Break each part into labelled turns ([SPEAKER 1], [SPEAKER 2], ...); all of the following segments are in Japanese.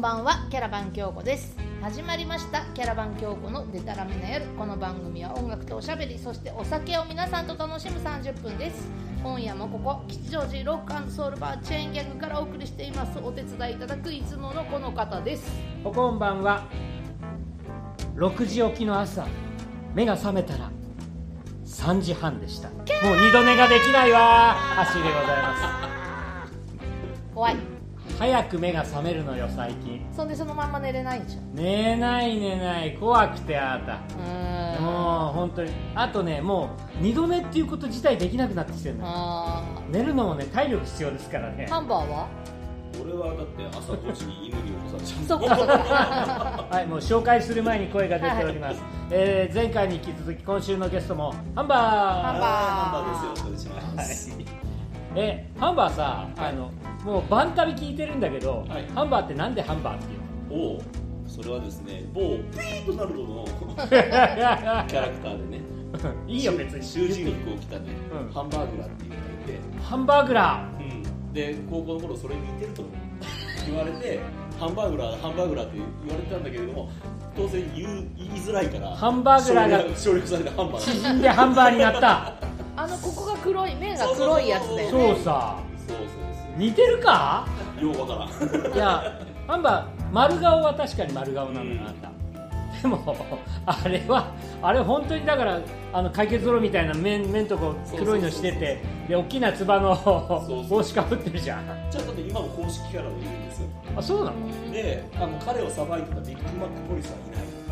[SPEAKER 1] ラバン京子です始まりましたキャラバン京子のデタラメな夜この番組は音楽とおしゃべりそしてお酒を皆さんと楽しむ30分です今夜もここ吉祥寺ロックソウルバーチェーンギャグからお送りしていますお手伝いいただくいつものこの方です
[SPEAKER 2] おこんばんは6時起きの朝目が覚めたら3時半でしたもう二度寝ができないわ足でございま
[SPEAKER 1] 怖い
[SPEAKER 2] す早く目が覚めるのよ最近
[SPEAKER 1] そんでそのまんま寝れないじゃん
[SPEAKER 2] 寝ない寝ない怖くてあな
[SPEAKER 1] う
[SPEAKER 2] た
[SPEAKER 1] ーん
[SPEAKER 2] もう本当にあとねもう二度寝っていうこと自体できなくなってきてるのよ
[SPEAKER 1] あ
[SPEAKER 2] 寝るのもね体力必要ですからね
[SPEAKER 1] ーハンバーは
[SPEAKER 3] 俺はだって朝5時に犬に起こされちゃう
[SPEAKER 1] そっかそっか
[SPEAKER 2] はい、もう紹介する前に声が出ております、えー前回に引き続き今週のゲストもハンバー
[SPEAKER 1] ハンバー
[SPEAKER 3] ハンバーですよお願いします、
[SPEAKER 2] えハンバーさ、あのもうバンタビ聞いてるんだけど、
[SPEAKER 3] はい
[SPEAKER 2] ハンバーってなんでハンバーっていう
[SPEAKER 3] おうそれはですね某ピートナルドの
[SPEAKER 2] の
[SPEAKER 3] キャラクターでね
[SPEAKER 2] いいよ別に
[SPEAKER 3] 囚人服を着たね、
[SPEAKER 2] うん
[SPEAKER 3] ハンバーグラーっていう人が
[SPEAKER 2] ハンバーグラ
[SPEAKER 3] いて、うん、で高校の頃それに似てると言われてハンバーグラーハンバーグラーって言われてたんだけれども当然言う言いづらいから
[SPEAKER 2] ハンバーグラーが
[SPEAKER 3] 省略されてハンバーグ
[SPEAKER 2] ー
[SPEAKER 3] ラー
[SPEAKER 2] 縮んでハンバーになった
[SPEAKER 1] あのここが黒い目が黒いやつだよ
[SPEAKER 2] そう
[SPEAKER 1] ね
[SPEAKER 2] さ
[SPEAKER 3] そうそう
[SPEAKER 2] 似てるか
[SPEAKER 3] そうようわからん
[SPEAKER 2] いやハンバー丸顔は確かに丸顔なんだな、あ
[SPEAKER 3] うん
[SPEAKER 2] んたでもあれはあれ本当にだからあの解決ゾロみたいな目目んとこ黒いのしててで大きなつば
[SPEAKER 3] そう
[SPEAKER 2] の
[SPEAKER 3] そう
[SPEAKER 2] 帽子かぶってるじゃん
[SPEAKER 3] ちゃんとね今も公式キャラでいるんですよ
[SPEAKER 2] あそうなの
[SPEAKER 3] であの彼をさばいてたビッグマックポリスはい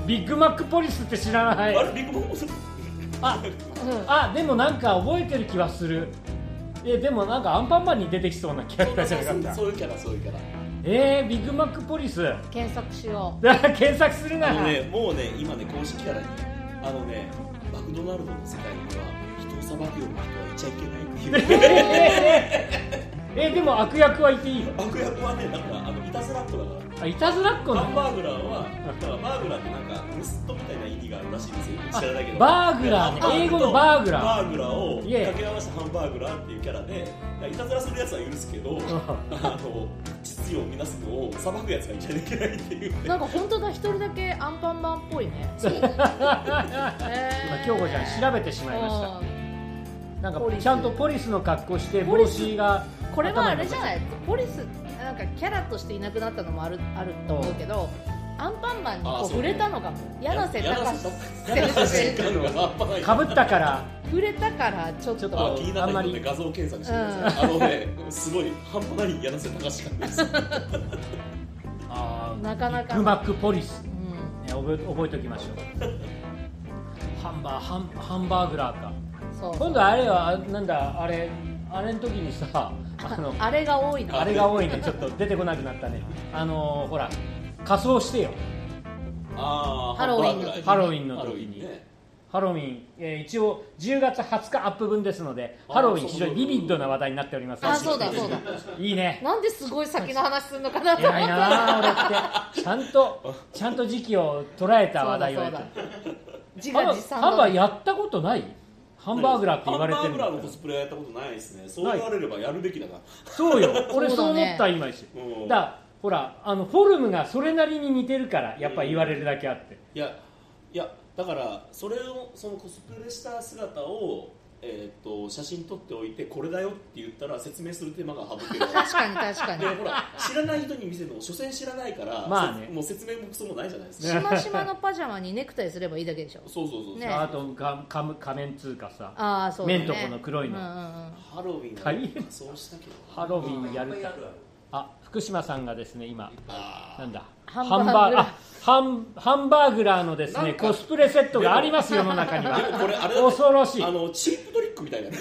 [SPEAKER 3] な
[SPEAKER 2] ビッグマックポリスって知らない
[SPEAKER 3] い、あれビッグマックポリス
[SPEAKER 2] あ
[SPEAKER 1] うん
[SPEAKER 2] あでもなんか覚えてる気はするえでもなんかアンパンマンに出てきそうなキャラクターじゃなかった
[SPEAKER 3] そういうキャラそういうキャラ
[SPEAKER 2] えー、ビッグマックポリス
[SPEAKER 1] 検索しよ
[SPEAKER 2] 検索するな
[SPEAKER 3] あのねもうね今ね公式キャラにあのねマクドナルドの世界には人をさばくような人はいちゃいけないって
[SPEAKER 2] え
[SPEAKER 3] いう
[SPEAKER 2] ーえーでも悪役はいていいの
[SPEAKER 3] 悪役はねだからあのいたずらっ子だから
[SPEAKER 2] あいたずらっ子な
[SPEAKER 3] ハン
[SPEAKER 2] の
[SPEAKER 3] バーグラーはだからバーグラーってなんか盗ストみたいな意味があるらしいんですよ知らないけど
[SPEAKER 2] バーグラーね
[SPEAKER 3] でハンバ
[SPEAKER 2] 英語のバーグラー
[SPEAKER 3] バーグラーを
[SPEAKER 2] いえ
[SPEAKER 3] 掛け合わせたハンバーグラーっていうキャラでいたずらするやつは許すけどあの秩序を乱すのを裁くやつがいちゃいけないっていう
[SPEAKER 1] うなんか本当だ一人だけアンパンマンっぽいね
[SPEAKER 2] 今
[SPEAKER 1] 今
[SPEAKER 2] 京子ちゃん調べてしまいましたなんかちゃんとポリスの格好して
[SPEAKER 1] ポ
[SPEAKER 2] 帽
[SPEAKER 1] リス
[SPEAKER 2] 子が
[SPEAKER 1] これはあれじゃないポリスなんかキャラとしていなくなったのもあるあると思うけどアンパンマンにこう
[SPEAKER 3] あそう
[SPEAKER 1] 触
[SPEAKER 3] ね
[SPEAKER 1] れたのが柳瀬隆史
[SPEAKER 3] 柳瀬
[SPEAKER 1] 先生
[SPEAKER 3] 隆史が半端ない
[SPEAKER 2] かぶったから
[SPEAKER 1] 触れたからちょっ
[SPEAKER 2] ちょ
[SPEAKER 1] と
[SPEAKER 2] っと
[SPEAKER 3] あ気になった人
[SPEAKER 2] あ
[SPEAKER 3] で
[SPEAKER 2] んまり
[SPEAKER 3] 画像検索してください、あのねすごい半端ない柳瀬隆史なんです
[SPEAKER 2] あー
[SPEAKER 1] なかなか
[SPEAKER 2] ビッグマックポリス
[SPEAKER 1] う
[SPEAKER 2] ね、覚え覚えておきましょうハンバーハンハンバーグラーか
[SPEAKER 1] んそう
[SPEAKER 2] 今度あれはあなんだあれあれの時にさあの
[SPEAKER 1] あれが多いな
[SPEAKER 2] あれが多いねちょっと出てこなくなったねあのーほら仮装してよ
[SPEAKER 3] あー
[SPEAKER 1] ハロウィンの時
[SPEAKER 2] ハロウィンの時に
[SPEAKER 3] ハロウィンね
[SPEAKER 2] ハロウィン、えー一応10月20日アップ分ですので
[SPEAKER 3] あ
[SPEAKER 2] ハロウィン
[SPEAKER 3] そう
[SPEAKER 2] 非常にビビッドな話題になっております
[SPEAKER 1] あそうだそうだ
[SPEAKER 2] いいね
[SPEAKER 1] なんですごい先の話すんのかなと思っ
[SPEAKER 2] 偉
[SPEAKER 1] て
[SPEAKER 2] いなあ俺ってちゃんとちゃんと時期を捉えた話題
[SPEAKER 1] そ
[SPEAKER 2] をや
[SPEAKER 1] う
[SPEAKER 2] って
[SPEAKER 1] だ
[SPEAKER 2] る
[SPEAKER 1] そうだ自
[SPEAKER 2] ハン
[SPEAKER 1] 画
[SPEAKER 2] バ
[SPEAKER 1] 自
[SPEAKER 2] ー
[SPEAKER 1] 賛
[SPEAKER 2] ハン
[SPEAKER 1] だ
[SPEAKER 2] バーやったことないハンバーグラーって言われてる
[SPEAKER 3] ハンバーグラーのコスプレはやったことないですねそう言われればやるべきだな
[SPEAKER 2] そうよ俺
[SPEAKER 1] そう
[SPEAKER 2] そ
[SPEAKER 1] だ
[SPEAKER 2] う
[SPEAKER 1] ね
[SPEAKER 2] 思った今一瞬
[SPEAKER 3] うん
[SPEAKER 2] だからほらあのフォルムがそれなりに似てるからやっぱ言われるだけあって、
[SPEAKER 3] いやいやだからそれをそのコスプレした姿をえー、と写真撮っておいてこれだよって言ったら説明する手間が省ける
[SPEAKER 1] 確かに確かに
[SPEAKER 3] でほら知らない人に見せても所詮知らないから、
[SPEAKER 2] まあね
[SPEAKER 3] せもう説明もクソもないじゃないです
[SPEAKER 1] し
[SPEAKER 3] か、
[SPEAKER 1] ましまのパジャマにネクタイすればいいだけで しょ
[SPEAKER 3] そうそうそうそう、
[SPEAKER 1] ね
[SPEAKER 2] あとかかむ仮面つうかさ
[SPEAKER 1] ああそうだね
[SPEAKER 2] 麺とこの黒いの
[SPEAKER 1] うんうんうん
[SPEAKER 3] ハロウィンは
[SPEAKER 2] 大変
[SPEAKER 3] そうしたけどな
[SPEAKER 2] ハロウィンやる
[SPEAKER 3] いっぱいあ
[SPEAKER 2] か
[SPEAKER 3] るある
[SPEAKER 2] あ福島さんがですね今
[SPEAKER 3] あ
[SPEAKER 2] なんだ
[SPEAKER 1] ハ
[SPEAKER 2] ハ
[SPEAKER 1] ン
[SPEAKER 2] ン
[SPEAKER 1] バー
[SPEAKER 2] バー
[SPEAKER 1] グ
[SPEAKER 2] グあハンハンバーグラーのです
[SPEAKER 3] な
[SPEAKER 2] ね
[SPEAKER 3] んか
[SPEAKER 2] コスプレセットがあります世の中に
[SPEAKER 3] ーでもこれあ
[SPEAKER 2] は
[SPEAKER 3] れだね
[SPEAKER 2] 恐ろしい
[SPEAKER 3] あのチープトリックみた いなね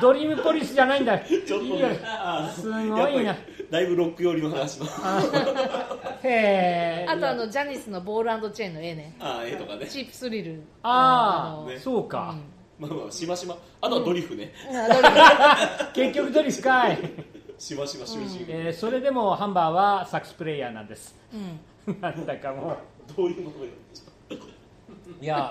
[SPEAKER 2] ドリームポリスじゃないんだ
[SPEAKER 3] ちょっと
[SPEAKER 2] いい
[SPEAKER 3] ね
[SPEAKER 2] よ
[SPEAKER 3] あー
[SPEAKER 2] すごいな
[SPEAKER 3] やっぱりだいぶロック寄りの話の
[SPEAKER 2] へえ
[SPEAKER 1] あとあのジャニスのボールチェーンの絵ね
[SPEAKER 3] ああ絵とかね
[SPEAKER 1] チープスリル
[SPEAKER 2] あ
[SPEAKER 1] の
[SPEAKER 2] あ、
[SPEAKER 3] ね
[SPEAKER 2] そうか、
[SPEAKER 3] まあまあしましまあとはドリフね、
[SPEAKER 1] あのうん
[SPEAKER 2] 結局ドリフかい、
[SPEAKER 3] しましま囚人、
[SPEAKER 2] えーそれでもハンバーはサックスプレイヤーなんです
[SPEAKER 1] うん
[SPEAKER 2] なんだかも
[SPEAKER 3] どういうものになってしま
[SPEAKER 2] ういや、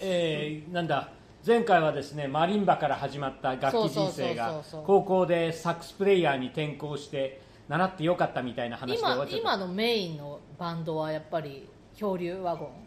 [SPEAKER 2] えーなんだ前回はですねマリンバから始まった楽
[SPEAKER 1] そう
[SPEAKER 2] 器人生
[SPEAKER 1] そうそう
[SPEAKER 2] が
[SPEAKER 1] そうそう
[SPEAKER 2] 高校でサックスプレイヤーに転校して習ってよかったみたいな話で終わ
[SPEAKER 1] 今
[SPEAKER 2] っちゃった
[SPEAKER 1] 今のメインのバンドはやっぱり恐竜ワゴン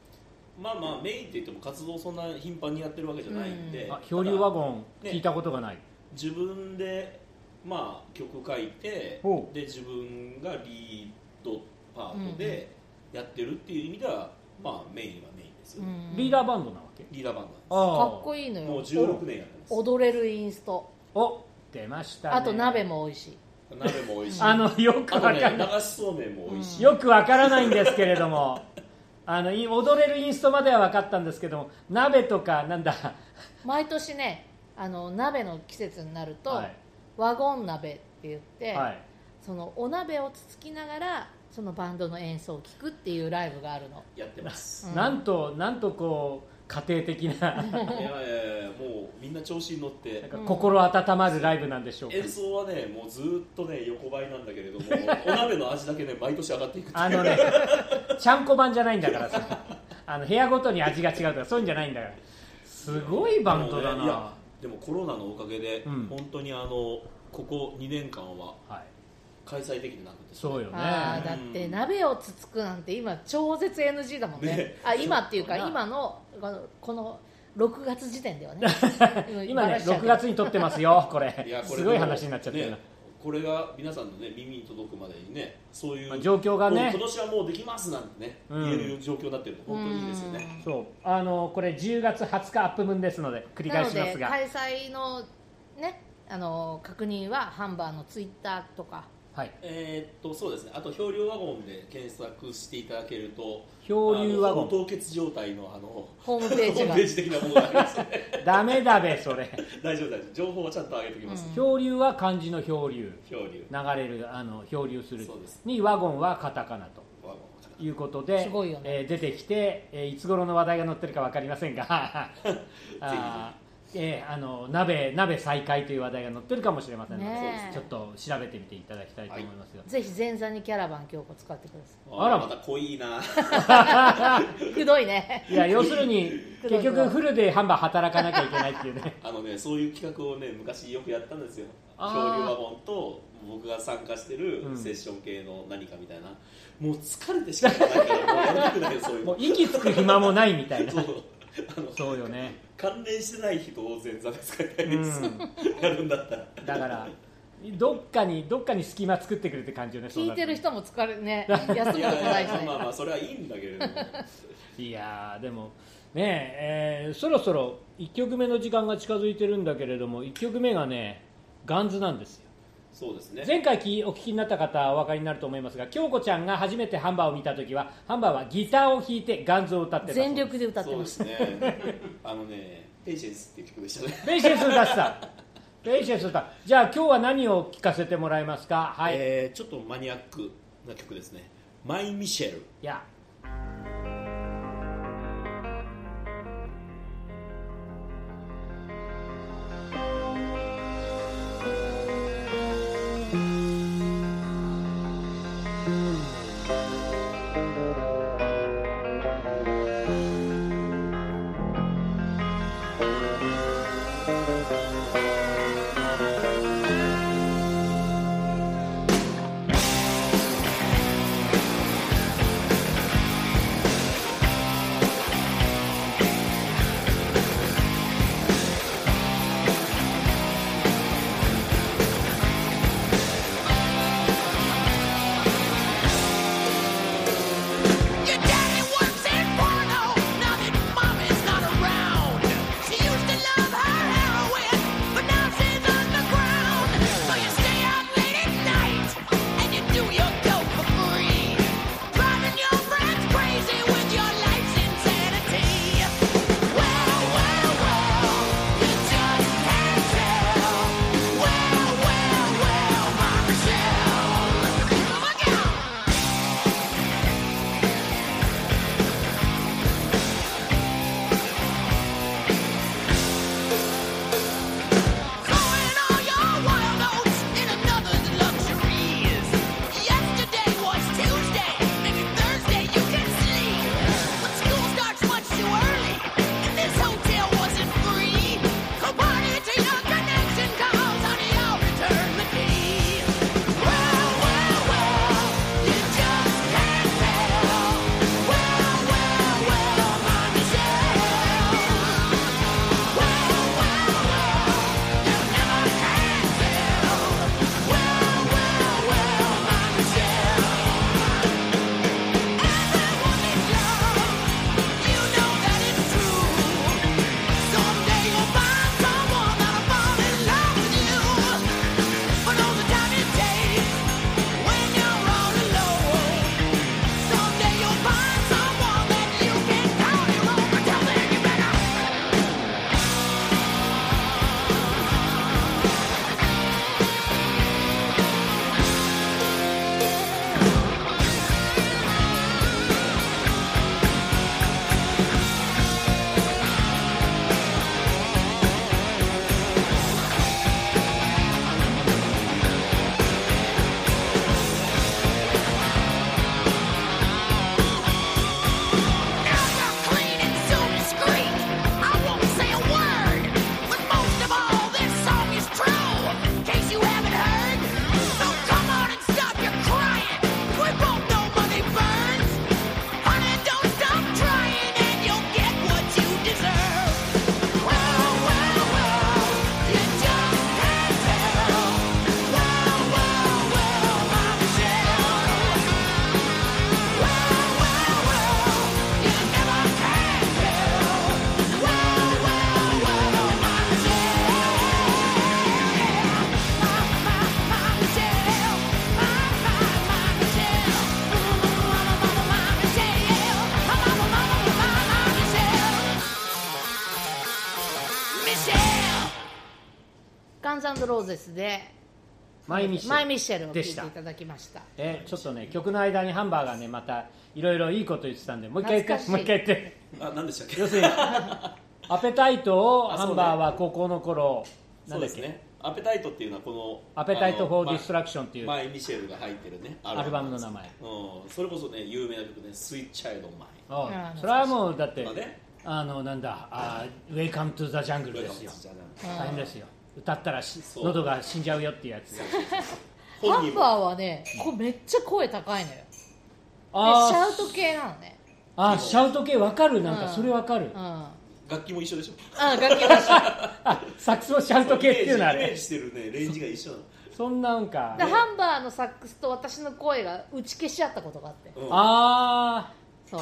[SPEAKER 3] まあまあメインって言っても活動そんな頻繁にやってるわけじゃないんで、
[SPEAKER 2] あ漂流ワ
[SPEAKER 3] ン
[SPEAKER 2] ゴン
[SPEAKER 3] ね
[SPEAKER 2] 聞いたことがない、
[SPEAKER 3] 自分でまあ曲書いて
[SPEAKER 2] ほう
[SPEAKER 3] で自分がリードパートでやってるっていう意味では、まあメインはメインですよ、
[SPEAKER 1] うん
[SPEAKER 2] リーダーバンドなわけ
[SPEAKER 3] リーダーバンドなんで
[SPEAKER 2] あ
[SPEAKER 1] かっこ
[SPEAKER 2] いい
[SPEAKER 1] いいの
[SPEAKER 3] すもう
[SPEAKER 1] よ
[SPEAKER 3] 16年やってます
[SPEAKER 1] 踊れるインスト
[SPEAKER 2] お出ました、ね、
[SPEAKER 1] あと鍋も美味しい
[SPEAKER 3] 鍋も美味しい
[SPEAKER 2] あのよく
[SPEAKER 3] あ
[SPEAKER 2] わ
[SPEAKER 3] と
[SPEAKER 2] か
[SPEAKER 3] ね
[SPEAKER 2] んない、
[SPEAKER 3] 流しそうめんも美味しい、
[SPEAKER 2] よくわからないんですけれどもあのい踊れるインストまでは分かったんですけども鍋とかなんだ、
[SPEAKER 1] 毎年ねあの鍋の季節になると、
[SPEAKER 2] はい
[SPEAKER 1] ワゴン鍋って言って、
[SPEAKER 2] はい、
[SPEAKER 1] そのお鍋をつつきながらそのバンドの演奏を聴くっていうライブがあるの
[SPEAKER 3] やっ てます、
[SPEAKER 1] うん
[SPEAKER 2] なんとなんとこう家庭的ななん
[SPEAKER 3] いやいやいやもうみんな調子に乗って
[SPEAKER 2] か心温まるライブなんでしょうか、
[SPEAKER 3] 演奏はねもうずーっとね横ばいなんだけれどもお鍋の味だけね毎年上がっていくっていう
[SPEAKER 2] あ のね、ちゃんこ版じゃないんだからさ、あの部屋ごとに味が違うとか、そういうんじゃないんだから、すごいバンドだ
[SPEAKER 3] あのねいや
[SPEAKER 2] な、
[SPEAKER 3] でもコロナのおかげで、
[SPEAKER 2] うん
[SPEAKER 3] 本当にあのここ2年間は
[SPEAKER 2] はい、
[SPEAKER 3] 開催できてなくて
[SPEAKER 2] そうよ
[SPEAKER 1] あー
[SPEAKER 2] ね、
[SPEAKER 1] だって鍋をつつくなんて今超絶 NG だもんね
[SPEAKER 3] ね
[SPEAKER 1] あ今っていうか
[SPEAKER 2] そうだな
[SPEAKER 1] 今のこのこの6月時点ではね
[SPEAKER 2] 今ね、6
[SPEAKER 1] 6
[SPEAKER 2] 月に撮ってますよ、これ、
[SPEAKER 3] いやこれ
[SPEAKER 2] すごい話になっちゃってるな
[SPEAKER 3] ね、これが皆さんの、ね、耳に届くまでにねそういう、
[SPEAKER 2] まあ状況がね
[SPEAKER 3] もう今年はもうできますなんてね、
[SPEAKER 2] うん
[SPEAKER 3] 言える状況になってるの本当にいいですよね
[SPEAKER 2] そうあのこれ、10月20日アップ分ですので、繰り
[SPEAKER 1] な
[SPEAKER 2] 返
[SPEAKER 1] の
[SPEAKER 2] しま
[SPEAKER 1] です
[SPEAKER 2] が、
[SPEAKER 1] 開催のねあの確認はハンバーのツイッターとか
[SPEAKER 2] はい、
[SPEAKER 3] えーっとそうですねあと漂流ワゴンで検索していただけると
[SPEAKER 2] 漂流ワゴン
[SPEAKER 3] あの凍結状態のあの
[SPEAKER 1] ホームページ
[SPEAKER 3] ホ
[SPEAKER 1] が
[SPEAKER 3] ページ的なものがありますね
[SPEAKER 2] だめだべ、それ、
[SPEAKER 3] 大丈夫大丈夫情報はちゃんと上げておきます、
[SPEAKER 1] うん
[SPEAKER 2] 漂流は漢字の漂流、
[SPEAKER 3] 漂流
[SPEAKER 2] 流れる、あの漂流する
[SPEAKER 3] そうです
[SPEAKER 2] に、ワゴンはカタカナと。
[SPEAKER 3] ワゴンか
[SPEAKER 2] ということで、
[SPEAKER 1] すごいよね
[SPEAKER 2] えー出てきて、えーいつ頃の話題が載ってるか分かりませ んがあー、えーあの鍋鍋再開という話題が載ってるかもしれませんので、
[SPEAKER 1] ねえ
[SPEAKER 2] ちょっと調べてみていただきたいと思いますよ、
[SPEAKER 1] ぜひ前座にキャラバン京子使ってくだ
[SPEAKER 3] な
[SPEAKER 2] あら
[SPEAKER 3] また濃いな
[SPEAKER 1] さいくどいね
[SPEAKER 2] い、や要する に
[SPEAKER 1] 黒い
[SPEAKER 2] 結局フルでハンバー働かなきゃいけないってい うね
[SPEAKER 3] あのね、そういう企画をね、昔よくやったんですよ。
[SPEAKER 2] あー
[SPEAKER 3] 漂流ワゴンと僕が参加してる
[SPEAKER 2] うん
[SPEAKER 3] セッション系の何かみたいな、もう疲れてしかないから、もうやりたくないよ、そういう
[SPEAKER 2] もう
[SPEAKER 3] の。
[SPEAKER 2] 息つく暇もないみたいな
[SPEAKER 3] そうあの
[SPEAKER 2] そうよね、
[SPEAKER 3] 関連してない人を前座で使いた
[SPEAKER 2] う
[SPEAKER 3] いです、
[SPEAKER 2] ん、
[SPEAKER 3] やるんだったら。
[SPEAKER 2] だからどっかにどっかに隙間作ってくれって感じよね そう
[SPEAKER 1] 聞い
[SPEAKER 2] なる
[SPEAKER 1] て
[SPEAKER 2] と
[SPEAKER 1] る人も疲れ ね休むことも
[SPEAKER 3] い
[SPEAKER 1] な
[SPEAKER 3] や
[SPEAKER 1] い
[SPEAKER 3] い
[SPEAKER 1] し
[SPEAKER 3] や、まあま
[SPEAKER 1] ね
[SPEAKER 3] あ、それはいいんだけれども、
[SPEAKER 2] いやーでもねえーそろそろ1曲目の時間が近づいてるんだけれども1曲目がねガンズなんですよ
[SPEAKER 3] そうですね。
[SPEAKER 2] 前回きお聞きになった方はお分かりになると思いますが京子ちゃんが初めてハンバーを見た時はハンバーはギターを弾いてガンズを歌ってたそう
[SPEAKER 1] 全力で歌って
[SPEAKER 3] そう
[SPEAKER 1] ま
[SPEAKER 3] ですすね。あのね、ペイシェンスっていう曲でしたね。
[SPEAKER 2] ベイシェンス歌ってたベイシェンス歌ってたじゃあ今日は何を聞かせてもらえますかはい、
[SPEAKER 3] えーちょっとマニアックな曲ですね。マイ・ミシェル。
[SPEAKER 2] いや
[SPEAKER 4] 「君の声が聞こえる」
[SPEAKER 1] ンドローゼスで
[SPEAKER 2] マイミッシェル
[SPEAKER 1] マイミッシェルを聴い
[SPEAKER 2] で
[SPEAKER 1] て
[SPEAKER 2] した
[SPEAKER 1] いただきました
[SPEAKER 2] えちょっとね曲の間にハンバーがねまたいろいろいいこと言ってたんでもう一回言
[SPEAKER 1] 懐
[SPEAKER 2] っ
[SPEAKER 1] かしてい
[SPEAKER 2] もう一回言って
[SPEAKER 3] あ何でしたっけ
[SPEAKER 2] 要するにアペタイトを
[SPEAKER 3] あ
[SPEAKER 2] ハ
[SPEAKER 3] そうね
[SPEAKER 2] ンバーは高校の頃な
[SPEAKER 3] そ
[SPEAKER 2] んだ
[SPEAKER 3] うで
[SPEAKER 2] っ
[SPEAKER 3] す
[SPEAKER 2] け、
[SPEAKER 3] ねアペタイトっていうのはこの
[SPEAKER 2] アペタイト・フォー・ディスト
[SPEAKER 3] ラ
[SPEAKER 2] ラクションっていう
[SPEAKER 3] マイ・ミシェルが入ってるね
[SPEAKER 2] アルバムの名前
[SPEAKER 3] うん、それこそね有名な曲ね「スイッチ・チャイルド・マイ
[SPEAKER 2] おう
[SPEAKER 1] あー
[SPEAKER 2] それはもうだっ」て
[SPEAKER 3] まあね
[SPEAKER 2] あのなんだあーウェイカム・トゥ・ザ・ジャングルですよ
[SPEAKER 1] うん
[SPEAKER 2] 大変ですよ歌ったらし
[SPEAKER 3] そう
[SPEAKER 2] 喉が死んじゃうよっていうやつ
[SPEAKER 1] ハ
[SPEAKER 3] 本
[SPEAKER 1] ン
[SPEAKER 3] 人
[SPEAKER 1] バー
[SPEAKER 3] も
[SPEAKER 1] はねこめっちゃ声高いのよでシャ
[SPEAKER 2] あ
[SPEAKER 1] ウト系なのね
[SPEAKER 2] あーシャウト系わかるなんか
[SPEAKER 1] うん
[SPEAKER 2] それわかる
[SPEAKER 1] うんあ
[SPEAKER 3] 楽器も一緒でしょ
[SPEAKER 1] 楽器だし
[SPEAKER 2] あサックスもシャウト系っていうのあ
[SPEAKER 3] イメー
[SPEAKER 2] れ
[SPEAKER 3] ジしてるねレンジが一緒なの
[SPEAKER 2] そんなんか
[SPEAKER 1] でハンバーのサックスと私の声が打ち消し合ったことがあって
[SPEAKER 3] うん
[SPEAKER 2] ああ
[SPEAKER 1] そう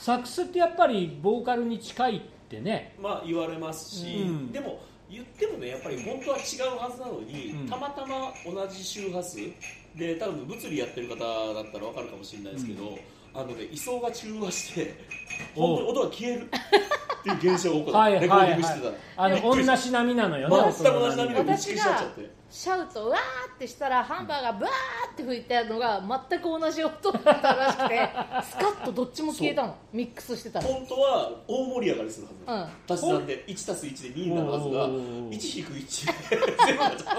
[SPEAKER 2] サックスってやっぱりボーカルに近いってね
[SPEAKER 3] まあ言われますし、
[SPEAKER 2] うん
[SPEAKER 3] でも言ってもねやっぱり本当は違うはずなのに、
[SPEAKER 2] うん
[SPEAKER 3] たまたま同じ周波数で多分物理やってる方だったらわかるかもしれないですけど、あのね位相が中和して
[SPEAKER 2] おう
[SPEAKER 3] 本当に音が消えるっていう現象が起こった、
[SPEAKER 2] はいはい
[SPEAKER 3] レコー
[SPEAKER 2] は
[SPEAKER 3] ディン
[SPEAKER 2] い
[SPEAKER 3] グしてたら。
[SPEAKER 2] あ
[SPEAKER 1] びっ
[SPEAKER 2] の
[SPEAKER 3] くりした
[SPEAKER 2] 同じ波なのよね
[SPEAKER 3] 全く同じ波で打ち消し
[SPEAKER 1] 私
[SPEAKER 3] ちゃっちゃ
[SPEAKER 1] が
[SPEAKER 3] って
[SPEAKER 1] シャウトわーってしたらハンバーがバーって吹いたのが全く同じ音だったらしく てスカッとどっちも消えたのミックスしてたの
[SPEAKER 3] 本当は大盛り上がりするはず
[SPEAKER 1] うん
[SPEAKER 3] 足し算で1たす1で2になるはずが
[SPEAKER 2] おー
[SPEAKER 3] 1引く1で全部なっちゃ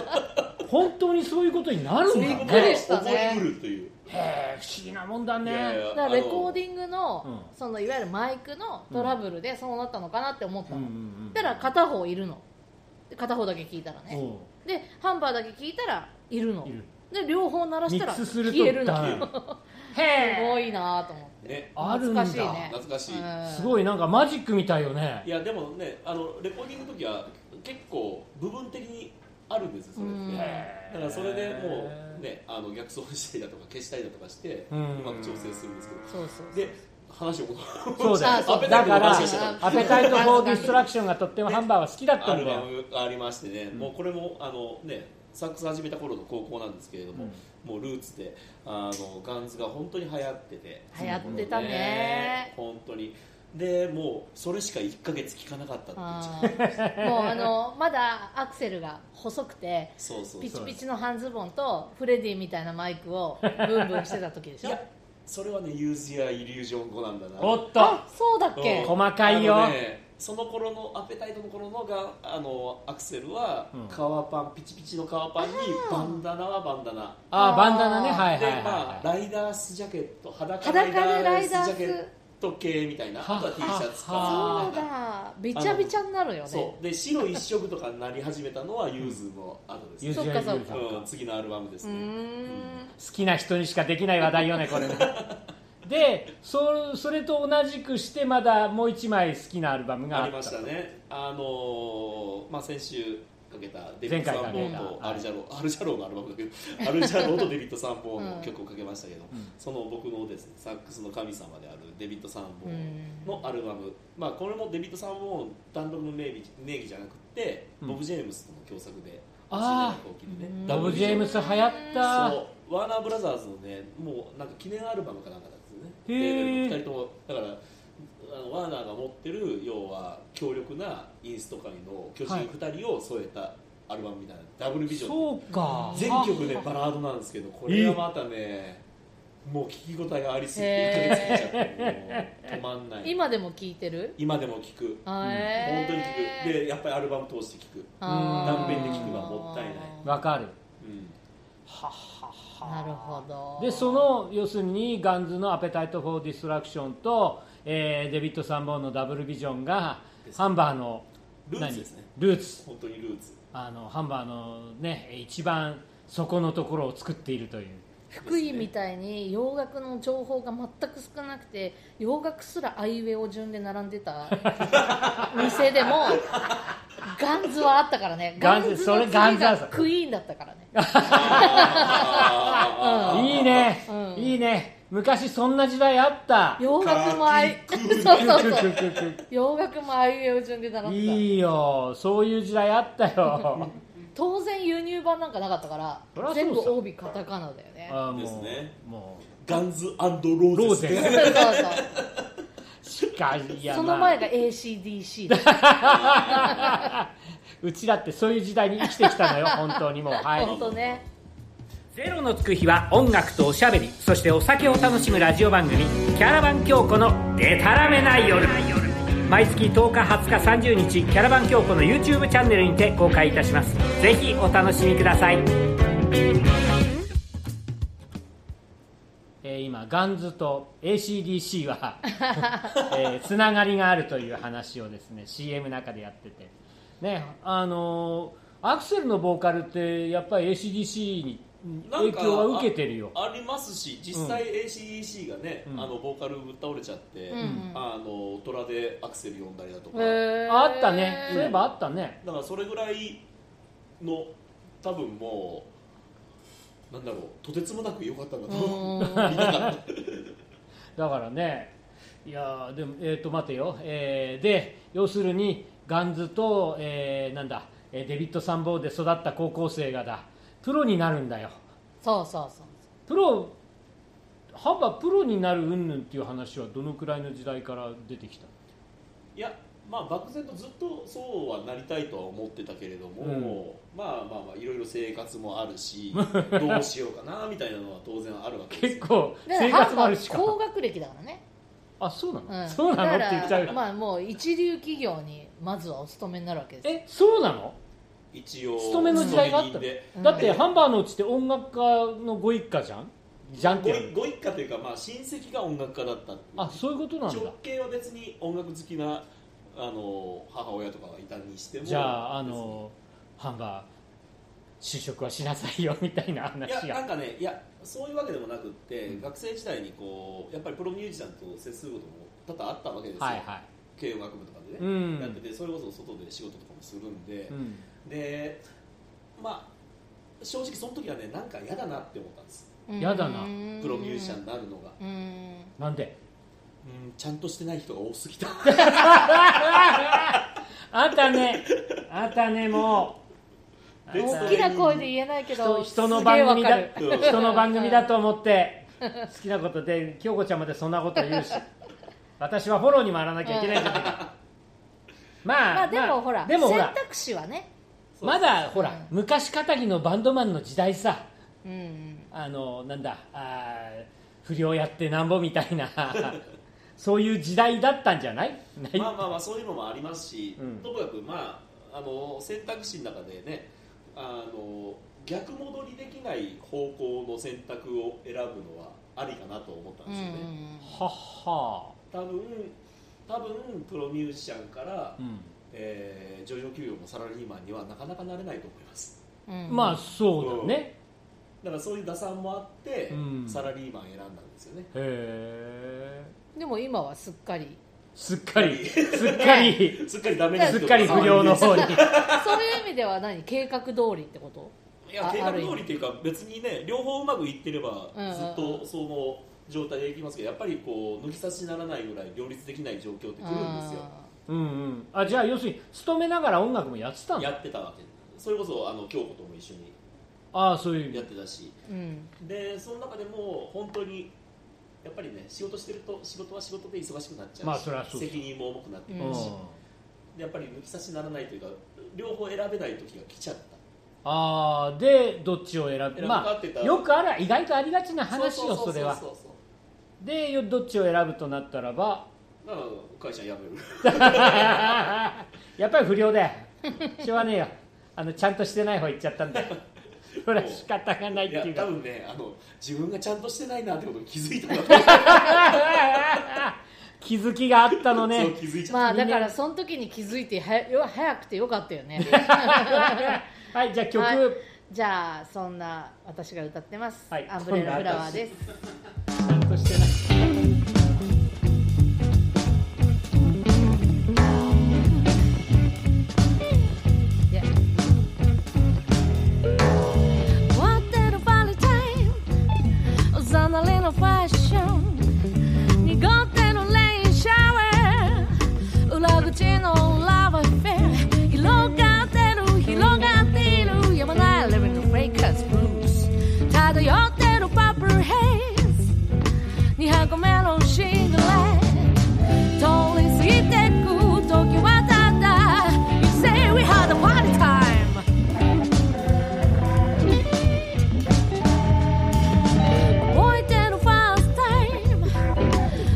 [SPEAKER 3] った
[SPEAKER 2] 本当にそういうことになるん
[SPEAKER 3] そういう
[SPEAKER 2] だ
[SPEAKER 3] こ
[SPEAKER 1] びっく
[SPEAKER 3] と
[SPEAKER 2] ね
[SPEAKER 1] り
[SPEAKER 3] が
[SPEAKER 1] したね
[SPEAKER 3] 起こりうるという
[SPEAKER 2] へえ不思議なもんだね
[SPEAKER 3] いやいや
[SPEAKER 1] だからレコーディング
[SPEAKER 2] あの
[SPEAKER 1] のそのいわゆるマイクのトラブルでそうなったのかなって思った
[SPEAKER 2] うん
[SPEAKER 1] の
[SPEAKER 2] うんうん
[SPEAKER 1] だから片方いるので片方だけ聞いたらね
[SPEAKER 2] おう
[SPEAKER 1] でハンバーだけ聞いたらいるの
[SPEAKER 2] いる
[SPEAKER 1] で両方鳴らしたら
[SPEAKER 2] ミックスすると
[SPEAKER 1] 消えるの
[SPEAKER 2] ダメ
[SPEAKER 1] すご
[SPEAKER 2] へえ
[SPEAKER 1] いなと思って
[SPEAKER 3] ね
[SPEAKER 2] あるん
[SPEAKER 1] 懐かしい
[SPEAKER 2] だ
[SPEAKER 1] ね
[SPEAKER 3] 懐かしい
[SPEAKER 1] うん
[SPEAKER 2] すごいなんかマジックみたいよね
[SPEAKER 3] いやでもねあのレコーディングの時は結構部分的にあるんですよそれ
[SPEAKER 1] うん
[SPEAKER 3] って
[SPEAKER 2] へえ
[SPEAKER 3] だからそれでもうねあの逆走したりだとか消したりだとかしてう
[SPEAKER 2] うん
[SPEAKER 3] まく調整するんですけど
[SPEAKER 1] そうそうそう
[SPEAKER 3] で話を
[SPEAKER 2] そう だ
[SPEAKER 1] あそ
[SPEAKER 2] よ
[SPEAKER 1] う
[SPEAKER 2] だから
[SPEAKER 3] アペタイトの話をしてた
[SPEAKER 2] アペタイト・フォー・ディストラクションがとってもハンバーは好きだった
[SPEAKER 3] ア
[SPEAKER 2] ん
[SPEAKER 3] ル
[SPEAKER 2] だ
[SPEAKER 3] バ
[SPEAKER 2] よ
[SPEAKER 3] ムがありましてね、もうこれもあのねサックス始めた頃の高校なんですけれども、もうルーツであのガンズが本当に流行ってて
[SPEAKER 1] 流行ってたね
[SPEAKER 3] 本当にでもうそれしか1か月聴かなかったっていう
[SPEAKER 1] あー もうあのまだアクセルが細くて
[SPEAKER 3] そうそう
[SPEAKER 1] ピ
[SPEAKER 3] そ
[SPEAKER 1] チ
[SPEAKER 3] う
[SPEAKER 1] ピチの半ズボンとフレディみたいなマイクをブンブンしてた時でし
[SPEAKER 3] い
[SPEAKER 1] ょ
[SPEAKER 3] やそれはねユーズやイリュージョン語なんだな
[SPEAKER 2] おっと
[SPEAKER 1] あそうだっ
[SPEAKER 3] う
[SPEAKER 1] け
[SPEAKER 3] ん
[SPEAKER 2] 細かいよ
[SPEAKER 3] あのねその頃のアペタイトの頃のがあのアクセルは
[SPEAKER 2] うん
[SPEAKER 3] 革パン、ピチピチの革パンにバンダナはバンダナ
[SPEAKER 2] ああバンダナねはいはい
[SPEAKER 3] で
[SPEAKER 2] はい
[SPEAKER 3] まあ
[SPEAKER 2] はい
[SPEAKER 3] ライダースジャケット裸
[SPEAKER 1] 裸でライダース
[SPEAKER 3] ジャケット系みたいな
[SPEAKER 2] は
[SPEAKER 3] あとは T シャツ
[SPEAKER 2] は
[SPEAKER 3] か
[SPEAKER 1] そうだびちゃびちゃになるよね
[SPEAKER 3] そうで白一色とかになり始めたのはユーズの後です
[SPEAKER 2] ユー
[SPEAKER 3] ね、
[SPEAKER 2] ジュアルユージュアル
[SPEAKER 3] うん、次のアルバムです
[SPEAKER 1] うー
[SPEAKER 3] ね
[SPEAKER 1] ん
[SPEAKER 2] 好きな人にしかできない話題よねこれ ねでそそれと同じくしてまだもう一枚好きなアルバムがあ
[SPEAKER 3] あ
[SPEAKER 2] っ
[SPEAKER 3] り
[SPEAKER 2] た
[SPEAKER 3] ましたねあのーまあ先週かけたデビ
[SPEAKER 2] 前
[SPEAKER 3] ッド・
[SPEAKER 2] 回
[SPEAKER 3] サ
[SPEAKER 2] か
[SPEAKER 3] ン
[SPEAKER 2] け
[SPEAKER 3] ボ
[SPEAKER 2] た
[SPEAKER 3] ーン
[SPEAKER 2] は
[SPEAKER 3] と
[SPEAKER 2] い
[SPEAKER 3] アルジャロー、アルジャローのアルバムだけど アルジャローとデビッド・サンボーン
[SPEAKER 1] うん
[SPEAKER 3] の曲をかけましたけど、
[SPEAKER 2] うん
[SPEAKER 3] その僕のですねサックスの神様であるデビッド・サンボーンのアルバム、まあこれもデビッド・サンボーン単独の名義名義じゃなくて、
[SPEAKER 2] うん
[SPEAKER 3] ボブ・ジェームスとの共作で
[SPEAKER 2] あー
[SPEAKER 3] 80年代
[SPEAKER 2] ボ
[SPEAKER 3] 後期でね
[SPEAKER 2] ブ・ジェームス流行った
[SPEAKER 3] そうワーナーブラザーズのねもうなんか記念アルバムかなんかだったんですよね
[SPEAKER 2] へー
[SPEAKER 3] で二人ともだからあのワーナーが持ってる要は強力なインスト界の巨人2人を添えたアルバムみたいな、ダブルビジョン
[SPEAKER 2] そうか
[SPEAKER 3] 全曲ねバラードなんですけどこれがまたねもう聞き応えがありすぎて1ヶ月
[SPEAKER 1] へ
[SPEAKER 3] 経っちゃってもう止まんない
[SPEAKER 1] 今でも聞いてる
[SPEAKER 3] 今でも聞く
[SPEAKER 1] 本
[SPEAKER 3] 本当に聞くでやっぱりアルバム通して聞く、
[SPEAKER 2] 断片
[SPEAKER 3] で聞くのはもったいない
[SPEAKER 2] わかる
[SPEAKER 3] うん
[SPEAKER 2] ははは
[SPEAKER 1] なるほど
[SPEAKER 2] でその要するにガンズの「アペタイト・フォー・ディストラクションと」えーデビッド・サンボーンの「ダブルビジョン」が
[SPEAKER 3] です
[SPEAKER 2] ハンバーの
[SPEAKER 3] ルーツですね
[SPEAKER 2] 何ルーツ
[SPEAKER 3] 本当にルーツ
[SPEAKER 2] あのハンバーのね一番底のところを作っているという
[SPEAKER 1] 福井みたいに洋楽の情報が全く少なくて洋楽すらアイウェイを順で並んでた 店でもガンズはあったからね
[SPEAKER 2] ガ
[SPEAKER 1] ガ
[SPEAKER 2] ン
[SPEAKER 1] ン
[SPEAKER 2] ズ
[SPEAKER 1] ズの次
[SPEAKER 2] それガンズアンサ
[SPEAKER 1] が
[SPEAKER 2] ー
[SPEAKER 1] クイーンだったからね
[SPEAKER 3] あー
[SPEAKER 2] いいね、
[SPEAKER 1] うん
[SPEAKER 2] いいね昔そんな時代あった
[SPEAKER 1] 洋楽もアイ
[SPEAKER 3] カー
[SPEAKER 1] そう
[SPEAKER 3] キ
[SPEAKER 1] そう
[SPEAKER 2] く
[SPEAKER 1] そ
[SPEAKER 2] く
[SPEAKER 1] う
[SPEAKER 2] くく
[SPEAKER 1] 洋楽もアイウェイを順で
[SPEAKER 2] く
[SPEAKER 1] 並んでた
[SPEAKER 2] いいよそういう時代あった よ
[SPEAKER 1] 当然輸入版なんかなかったか
[SPEAKER 2] そりゃそう
[SPEAKER 1] ら
[SPEAKER 2] さ
[SPEAKER 1] 全部帯カタカナだよね
[SPEAKER 2] あーもう
[SPEAKER 3] ですね
[SPEAKER 2] も
[SPEAKER 3] ガンズローゼス
[SPEAKER 2] ロ
[SPEAKER 1] そ
[SPEAKER 2] ーゼ
[SPEAKER 1] うそうそう
[SPEAKER 2] うしかいや
[SPEAKER 1] そ
[SPEAKER 2] ま
[SPEAKER 1] の
[SPEAKER 2] あ
[SPEAKER 1] 前が ACDC だ
[SPEAKER 2] うちだってそういう時代に生きてきたのよ本当にもうはい
[SPEAKER 1] 本当ね
[SPEAKER 2] ゼロのつく日は音楽とおしゃべりそしてお酒を楽しむラジオ番組「キャラバン京子のでたらめな夜」毎月10日20日30日キャラバン京子の YouTube チャンネルにて公開いたしますぜひお楽しみください、えー今ガンズと ACDC はえーつながりがあるという話をですね CM の中でやっててねあのーアクセルのボーカルってやっぱり ACDC に
[SPEAKER 3] な
[SPEAKER 2] 影
[SPEAKER 3] んか
[SPEAKER 2] 響は受けてるよ
[SPEAKER 3] あありますし実際 ACEC がね、
[SPEAKER 2] うん
[SPEAKER 3] あのボーカル倒れちゃって、
[SPEAKER 1] うんうん
[SPEAKER 3] あの虎でアクセル呼んだりだとか、
[SPEAKER 1] へー
[SPEAKER 2] あったねそういえばあったね
[SPEAKER 3] だからそれぐらいの多分もうなんだろうとてつもなく良かったんだと思う
[SPEAKER 1] うーん
[SPEAKER 3] 見なかった
[SPEAKER 2] だからねいやーでもえっ、と待てよ、えーで要するにガンズと、えーなんだえーデビッド・サンボーで育った高校生がだプロになるんだよ
[SPEAKER 1] そうそうそう
[SPEAKER 2] プロ幅プロになる云々っていう話はどのくらいの時代から出てきた
[SPEAKER 3] いやまあ漠然とずっとそうはなりたいとは思ってたけれども、まあまあまあいろいろ生活もあ るしどうしようかなみたいなのは当然あるわけです
[SPEAKER 2] 結
[SPEAKER 3] よ
[SPEAKER 2] 構
[SPEAKER 1] だから
[SPEAKER 2] 生活もあるしか
[SPEAKER 1] 高学歴だからね、
[SPEAKER 2] あそうなの、
[SPEAKER 1] ん
[SPEAKER 2] そうなの
[SPEAKER 1] だか
[SPEAKER 2] っ
[SPEAKER 1] ら
[SPEAKER 2] て言っちゃう、
[SPEAKER 1] まあもう一流企業にまずはお勤めになるわけですよ
[SPEAKER 2] えそうなの
[SPEAKER 3] 一応
[SPEAKER 2] 勤めの時代があったの
[SPEAKER 3] 勤め人で
[SPEAKER 1] うん
[SPEAKER 2] だってハンバーのうちって音楽家のご一家じゃんじゃんって
[SPEAKER 3] ご
[SPEAKER 2] やる
[SPEAKER 3] いご一家というか、まあ、親戚が音楽家だったっていう
[SPEAKER 2] あそういうことなんだ
[SPEAKER 3] 直系は別に音楽好きなあの母親とかがいたにしても
[SPEAKER 2] じゃああのハンバー就職はしなさいよみたいな
[SPEAKER 3] 別に
[SPEAKER 2] 話
[SPEAKER 3] いやなん
[SPEAKER 2] が
[SPEAKER 3] かねいやそういうわけでもなくって、
[SPEAKER 2] うん
[SPEAKER 3] 学生時代にこうやっぱりプロミュージシャンと接することも多々あったわけですよ、
[SPEAKER 2] はいは
[SPEAKER 3] 軽音楽部とかでね、
[SPEAKER 2] いうん
[SPEAKER 3] やっててそれこそ外で仕事とかもするんで
[SPEAKER 2] う、ん
[SPEAKER 3] でまあ正直その時はねなんか嫌だなって思ったんです
[SPEAKER 1] うん
[SPEAKER 2] やだな
[SPEAKER 3] プロミュージシャンになるのが、
[SPEAKER 1] うん
[SPEAKER 2] なんで
[SPEAKER 3] うん、ちゃんとしてない人が多 すぎた
[SPEAKER 2] あんたねあんたねもう
[SPEAKER 3] で
[SPEAKER 2] あんた
[SPEAKER 1] 大
[SPEAKER 2] ね
[SPEAKER 1] きな声で言えないけど
[SPEAKER 2] 人人の番組だ
[SPEAKER 1] すげえわかる
[SPEAKER 3] うん
[SPEAKER 2] 人の番組だと思って好きなことで京子ちゃんまでそんなこと言うし私はフォローに回らなきゃいけないんだけどまあ、
[SPEAKER 1] まあでもほら
[SPEAKER 2] でもほら
[SPEAKER 1] 選択肢はね
[SPEAKER 2] まだほ
[SPEAKER 1] うん
[SPEAKER 2] ら昔かたぎのバンドマンの時代さ
[SPEAKER 1] うん
[SPEAKER 2] あのなんだあー不良やってなんぼみたいな そういう時代だったんじゃないない、
[SPEAKER 3] まあまあまあそういうのもありますし、
[SPEAKER 2] うん
[SPEAKER 3] ともかくまああの選択肢の中でねあの逆戻りできない方向の選択を選ぶのはありかなと思ったん
[SPEAKER 1] うん
[SPEAKER 3] ですよね、
[SPEAKER 2] はっは
[SPEAKER 3] 多分多分プロミュージシャンから、
[SPEAKER 2] うん
[SPEAKER 3] えー上場給与もサラリーマンにはなかなかなれないと思います
[SPEAKER 1] うんうん
[SPEAKER 2] まあそうだね、
[SPEAKER 3] だからそういう打算もあって、
[SPEAKER 2] うん
[SPEAKER 3] サラリーマン選んだんですよね
[SPEAKER 2] へえ
[SPEAKER 1] でも今はすっかり
[SPEAKER 2] すっかりすっか り
[SPEAKER 3] すっかりダメな
[SPEAKER 2] す
[SPEAKER 3] 人
[SPEAKER 2] っかり不良の方に
[SPEAKER 1] そういう意味では何計画通りってこと
[SPEAKER 3] いや
[SPEAKER 1] あ
[SPEAKER 3] 計画
[SPEAKER 1] ある意味
[SPEAKER 3] 通りっていうか別にね両方うまくいってれば
[SPEAKER 1] うんうんうん
[SPEAKER 3] ずっとその状態でいきますけどやっぱりこう抜き差しにならないぐらい両立できない状況ってくるんですよ
[SPEAKER 2] うんうんあじゃあ要するに勤めながら音楽もやってたん
[SPEAKER 3] や
[SPEAKER 2] だ
[SPEAKER 3] ってたわけそれこそあの京子とも一緒に
[SPEAKER 2] ああそうい
[SPEAKER 3] やっ
[SPEAKER 2] う
[SPEAKER 3] てたし
[SPEAKER 1] うん
[SPEAKER 3] でその中でも本当にやっぱりね仕事してると仕事は仕事で忙しくなっちゃうし、
[SPEAKER 2] まあそれはそうそう
[SPEAKER 3] 責任も重くなってく
[SPEAKER 2] う
[SPEAKER 3] る
[SPEAKER 2] ん
[SPEAKER 3] し、でやっぱり抜き差しにならないというか両方選べない時が来ちゃった
[SPEAKER 2] ああでどっちを選ぶ
[SPEAKER 3] 選ぶ
[SPEAKER 2] ま
[SPEAKER 3] かって言った
[SPEAKER 2] あ
[SPEAKER 3] ら
[SPEAKER 2] よくあら意外とありがちな話よそれは
[SPEAKER 3] うそうそう
[SPEAKER 2] でよどっちを選ぶとなったらば
[SPEAKER 3] そうだから会社辞める
[SPEAKER 2] やっぱり不良 だよしょうがねえよあのちゃんとしてない方行っちゃったんだよ それは仕方がないっ
[SPEAKER 3] い
[SPEAKER 2] て
[SPEAKER 3] や
[SPEAKER 2] いう
[SPEAKER 3] 多
[SPEAKER 2] か
[SPEAKER 3] 分ねあの自分がちゃんとしてないなってことに気づいたんだと思
[SPEAKER 2] 気づきがあったの
[SPEAKER 3] うそう
[SPEAKER 2] ね
[SPEAKER 3] 気づいちゃった、
[SPEAKER 1] まあだからその時に気づいてはやよ早くてよかったよ ね
[SPEAKER 2] はいじゃあ曲、
[SPEAKER 1] はいじゃあそんな私が歌ってます、
[SPEAKER 2] はい
[SPEAKER 1] アンブレラフラワーです
[SPEAKER 2] ちゃんとしてない
[SPEAKER 1] いや
[SPEAKER 4] Wanted a valentine Zanalino fashion 濁ってのレインシャワー裏口のラブフェア広がってる広がっているやまないレベルのフレイカーズブルース漂ってるパープルヘイズ2箱目のシングレット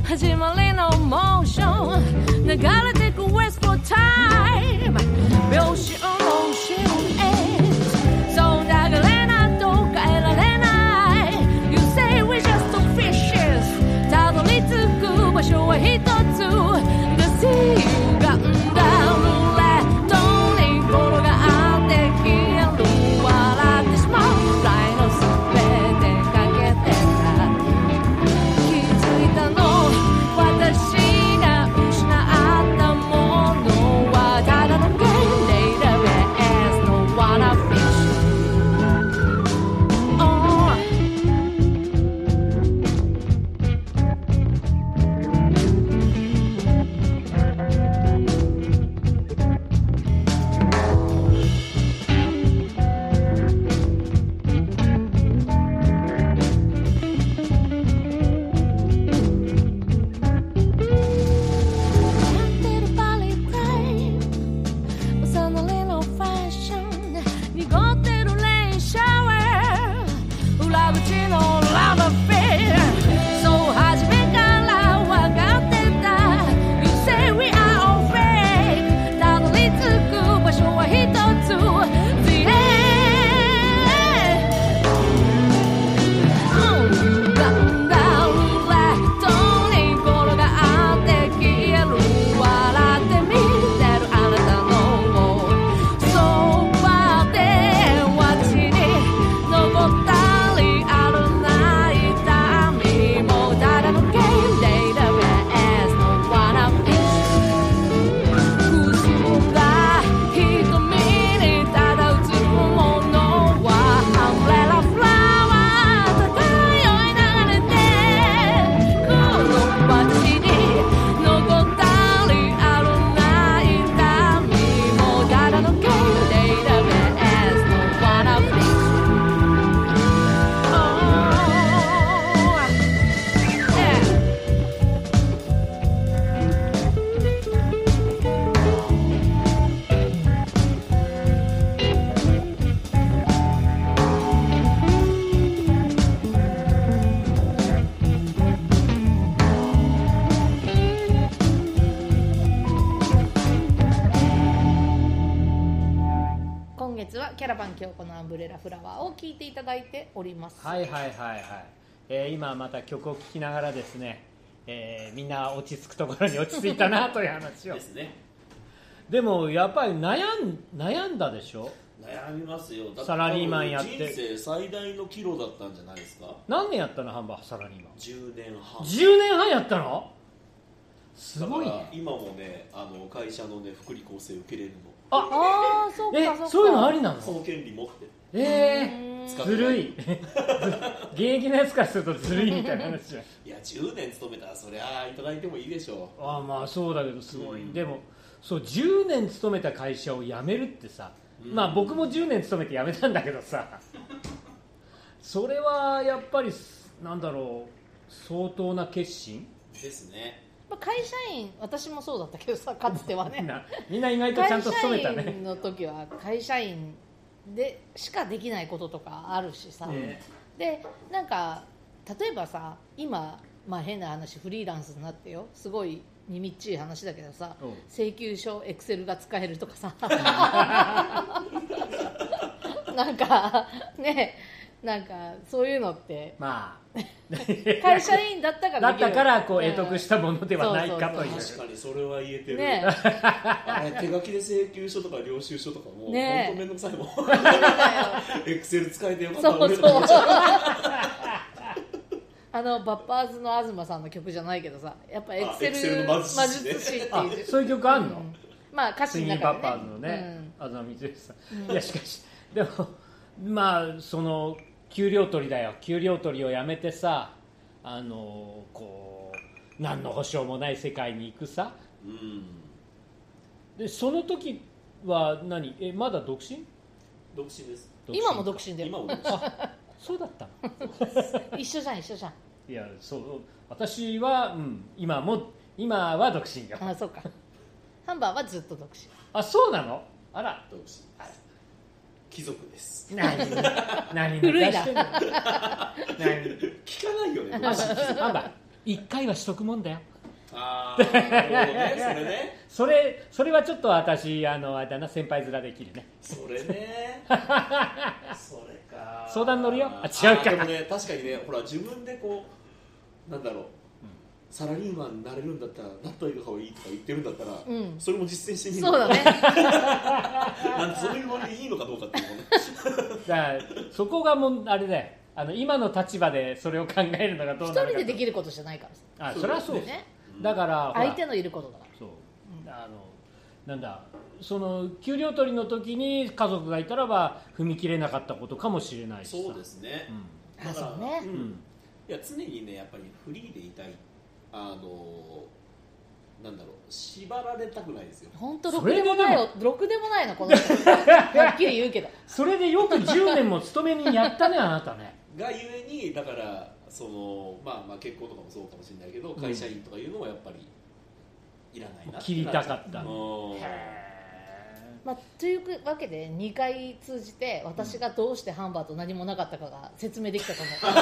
[SPEAKER 4] 始まりのモーション流れてくウエストタイム秒針モーションへそう流れなど変えられない You say we just fishes たどり着く場所は一つ The sea が生んだルーレットに転がって消える笑ってしまうライのすべてかけてた気づいたの私が失ったものはただのゲームデータベースのワラフィッシュ Oh 「やってるバレータイム」「幼なりのファッション」「濁ってるレインシャワー」「裏口のラバーフィー」「そう初めからわかってた」「You say we are all fake」「た Tá どり着く場所はひとつ」「The end」「だんだんルーレットに転がって消える」「笑って見てるあなたのそばで街に登ったり歩いたみもただのゲームデータベースのワラフィッシュ」「雲が瞳にただ映るものはアンブレラフラワー」「漂い流れてこの街に残ったりあるないたみもただのゲームデータベースのワラフィッシュ」「Oh yeah」
[SPEAKER 1] 今月はキャラバン京子のアンブレラフラワーを聴いていただいております
[SPEAKER 2] はいはいはいはい、えー今また曲を聴きながらですね、えーみんな落ち着くところに落ち着いたなという話を
[SPEAKER 3] ですね
[SPEAKER 2] でもやっぱり悩ん悩んだでしょ
[SPEAKER 3] 悩みますよだって
[SPEAKER 2] サラリーマンやって
[SPEAKER 3] 人生最大の岐路だったんじゃないですか
[SPEAKER 2] 何年やったのハンバーさらに今
[SPEAKER 3] 10年半
[SPEAKER 2] 10年半やったのすごい
[SPEAKER 3] だから
[SPEAKER 2] ね
[SPEAKER 3] 今もねあの会社のね福利厚生受けれるの
[SPEAKER 2] あ
[SPEAKER 4] ああそっ
[SPEAKER 2] え
[SPEAKER 4] かそっか
[SPEAKER 2] そういうのありな
[SPEAKER 3] そ
[SPEAKER 2] の
[SPEAKER 3] の権利持って
[SPEAKER 2] えー、
[SPEAKER 3] 使ってな
[SPEAKER 2] ずるい 現役のやつからするとずるいみたいな話じゃん
[SPEAKER 3] いや10年勤めたらそりゃあいただいてもいいでしょ
[SPEAKER 2] ああまあそうだけどすごい、
[SPEAKER 3] うん
[SPEAKER 2] でもそう10年勤めた会社を辞めるってさ、
[SPEAKER 3] うん
[SPEAKER 2] まあ僕も10年勤めて辞めたんだけどさ それはやっぱりすなんだろう相当な決心
[SPEAKER 3] うですね
[SPEAKER 1] まあ会社員私もそうだったけどさかつては
[SPEAKER 2] みん
[SPEAKER 1] ね
[SPEAKER 2] なみんな意外とちゃ
[SPEAKER 1] 会
[SPEAKER 2] んと勤めた
[SPEAKER 1] 社
[SPEAKER 2] ね
[SPEAKER 1] 員の時は会社員でしかできないこととかあるしさ、
[SPEAKER 2] ね
[SPEAKER 1] でなんか例えばさ今、まあ、変な話フリーランスになってよすごい耳っちい話だけどさ
[SPEAKER 2] うん
[SPEAKER 1] 請求書エクセルが使えるとか さなんかねなんかそういうのって
[SPEAKER 2] まあ
[SPEAKER 1] 会社員だったからで
[SPEAKER 2] だっ
[SPEAKER 1] きる
[SPEAKER 2] たからこう得得したたものではないかという
[SPEAKER 1] そうそ
[SPEAKER 3] 確かにそれは言えてる、
[SPEAKER 1] ね
[SPEAKER 3] あれ手書きで請求書とか領収書とかもう本当
[SPEAKER 1] ね
[SPEAKER 3] めんどくさいもん
[SPEAKER 1] だよ
[SPEAKER 3] エクセル使えてよかった
[SPEAKER 1] そう
[SPEAKER 3] 俺
[SPEAKER 1] そう
[SPEAKER 3] ら
[SPEAKER 1] あのバッパーズの東さんの曲じゃないけどさやっぱエクセ
[SPEAKER 3] Excel
[SPEAKER 1] ル
[SPEAKER 3] の魔
[SPEAKER 1] 魔
[SPEAKER 3] 術
[SPEAKER 1] 術
[SPEAKER 3] 師ね
[SPEAKER 1] 師って
[SPEAKER 2] あ
[SPEAKER 1] いう
[SPEAKER 2] そういう曲あんの、
[SPEAKER 1] うんまあ歌詞
[SPEAKER 2] スイ
[SPEAKER 1] の
[SPEAKER 2] ニー
[SPEAKER 1] 中
[SPEAKER 2] パ
[SPEAKER 1] で、ね、
[SPEAKER 2] パーズのね、あざみずさん、いやしかし、でも、まあ、その給料取りだよ、給料取りをやめてさ、あのこう何の保証もない世界に行くさ、
[SPEAKER 3] うん
[SPEAKER 2] でその時は何え、まだ独身
[SPEAKER 3] 独身です
[SPEAKER 1] うん今も独身だ
[SPEAKER 3] 今
[SPEAKER 1] よ
[SPEAKER 3] も独身
[SPEAKER 2] そうだったの
[SPEAKER 1] 一緒じゃん一緒じゃん
[SPEAKER 2] いや、そう、私は、うん、今も、今は独身よ。
[SPEAKER 1] あそうかハンバーはずっと独身
[SPEAKER 2] あ、そうなのあら、
[SPEAKER 3] 独身です貴族です
[SPEAKER 2] 何、何、
[SPEAKER 1] 古いな
[SPEAKER 2] 何、
[SPEAKER 3] 聞かないよね
[SPEAKER 2] あんだ一回はしとくもんだよ
[SPEAKER 3] ああなるほどねそれね
[SPEAKER 2] それそれはちょっと私あのあれだな先輩面できるね
[SPEAKER 3] それねそれか
[SPEAKER 2] 相談乗るよあ違うか
[SPEAKER 3] あでもね確かにねほら自分でこうなんだろう、サラリーマンになれるんだったらなっといた方がいいとか言ってるんだったら、
[SPEAKER 1] うん
[SPEAKER 3] それも実践してみる
[SPEAKER 1] そうだね
[SPEAKER 3] なんそれ割にいいのかどうかっていうのもね
[SPEAKER 2] だからそこがもうあれだよあの今の立場でそれを考えるのがどう
[SPEAKER 1] 一
[SPEAKER 2] なるか
[SPEAKER 1] 人でできることじゃないからさ
[SPEAKER 2] あそれはそうです、
[SPEAKER 1] ね
[SPEAKER 2] だからほら
[SPEAKER 1] 相手のいることだから
[SPEAKER 2] そうあのなんだその給料取りの時に家族がいたらば踏み切れなかったことかもしれないしさ
[SPEAKER 3] そうですね、
[SPEAKER 2] う
[SPEAKER 1] あそうね
[SPEAKER 3] ん
[SPEAKER 2] ん
[SPEAKER 3] いや常にねやっぱりフリーでいたいあのなんだろう縛られたくないですよ
[SPEAKER 1] 本当ろ
[SPEAKER 2] そ
[SPEAKER 1] く
[SPEAKER 2] れ
[SPEAKER 1] で
[SPEAKER 2] で
[SPEAKER 1] も
[SPEAKER 2] も
[SPEAKER 1] ないよろくでもないのこの人はっきり言うけど
[SPEAKER 2] それでよく10年も勤めにやったねあなたね
[SPEAKER 3] がゆえにだからそのまあまあ結婚とかもそうかもしれないけど
[SPEAKER 2] うん
[SPEAKER 3] 会社員とかいうのはやっぱりいらないな
[SPEAKER 2] 切りたかった
[SPEAKER 3] うん
[SPEAKER 1] まあ、というわけで2回通じて私がどうしてハンバーと何もなかったかが説明できたと思う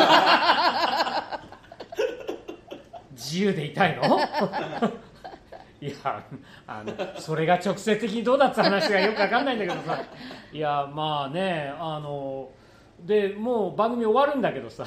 [SPEAKER 2] 自由でいたいの いやあのそれが直接的にどうだって話がよくわかんないんだけどさいやまあねあのでもう番組終わるんだけどさ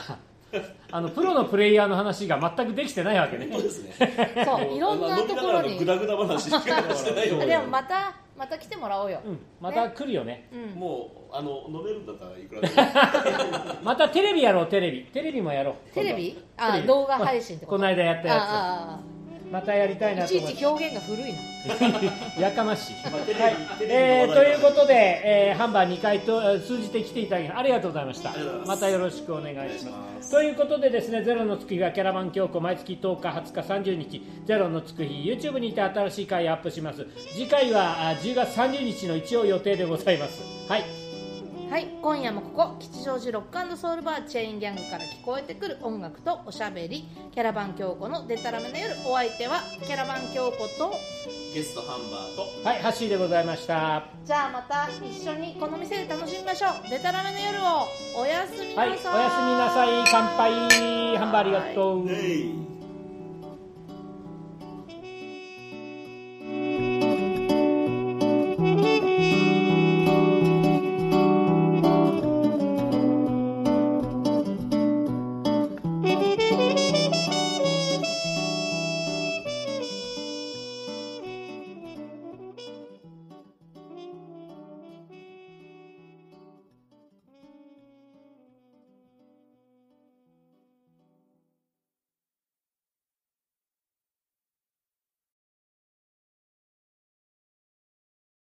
[SPEAKER 2] あのプロのプレイヤーの話が全くできてないわけね
[SPEAKER 3] そうですね
[SPEAKER 1] そういろんなところに
[SPEAKER 3] グダグダ話しかしてないよ
[SPEAKER 2] ら
[SPEAKER 1] でもまたまた来てもらおうよ、
[SPEAKER 2] うん、また来るよね
[SPEAKER 1] うん
[SPEAKER 3] もうあの飲めるんだったらいくらでも
[SPEAKER 2] またテレビやろうテレビテレビもやろう
[SPEAKER 1] テレビ
[SPEAKER 2] 今度
[SPEAKER 1] あ動画配信ってこと
[SPEAKER 2] この間やったや
[SPEAKER 1] あ
[SPEAKER 2] つまたやりたい
[SPEAKER 1] あああ
[SPEAKER 2] ないと
[SPEAKER 1] ちい
[SPEAKER 2] 思って
[SPEAKER 1] ち表現が古いな
[SPEAKER 2] やかましい
[SPEAKER 3] まあテレビ
[SPEAKER 2] はい
[SPEAKER 3] テレ
[SPEAKER 2] え
[SPEAKER 3] ビ
[SPEAKER 2] ー
[SPEAKER 3] の話
[SPEAKER 2] ということで、えーハンバー2回とえー通じて来ていただきありがとうございました
[SPEAKER 3] ありがとうございま
[SPEAKER 2] ますたよろしくお願いし
[SPEAKER 3] お願いし
[SPEAKER 2] ま
[SPEAKER 3] ますす
[SPEAKER 2] ということでですね「ゼロのつく日」はキャラバン強行毎月10日20日30日「ゼロのつく日」YouTube にて新しい回をアップします次回はあ10月30日の一応予定でございますはい
[SPEAKER 1] はい今夜もここ吉祥寺ロックソウルバーチェインギャングから聞こえてくる音楽とおしゃべりキャラバン京子のデタラメな夜お相手はキャラバン京子と
[SPEAKER 3] ゲストハンバーと
[SPEAKER 2] はいハッシーでございました
[SPEAKER 1] じゃあまた一緒にこの店で楽しみましょうデタラメの夜をおやすみな
[SPEAKER 2] はいおや
[SPEAKER 1] さい、
[SPEAKER 2] すみなさい乾杯ハンバーありがとう、
[SPEAKER 3] ねえ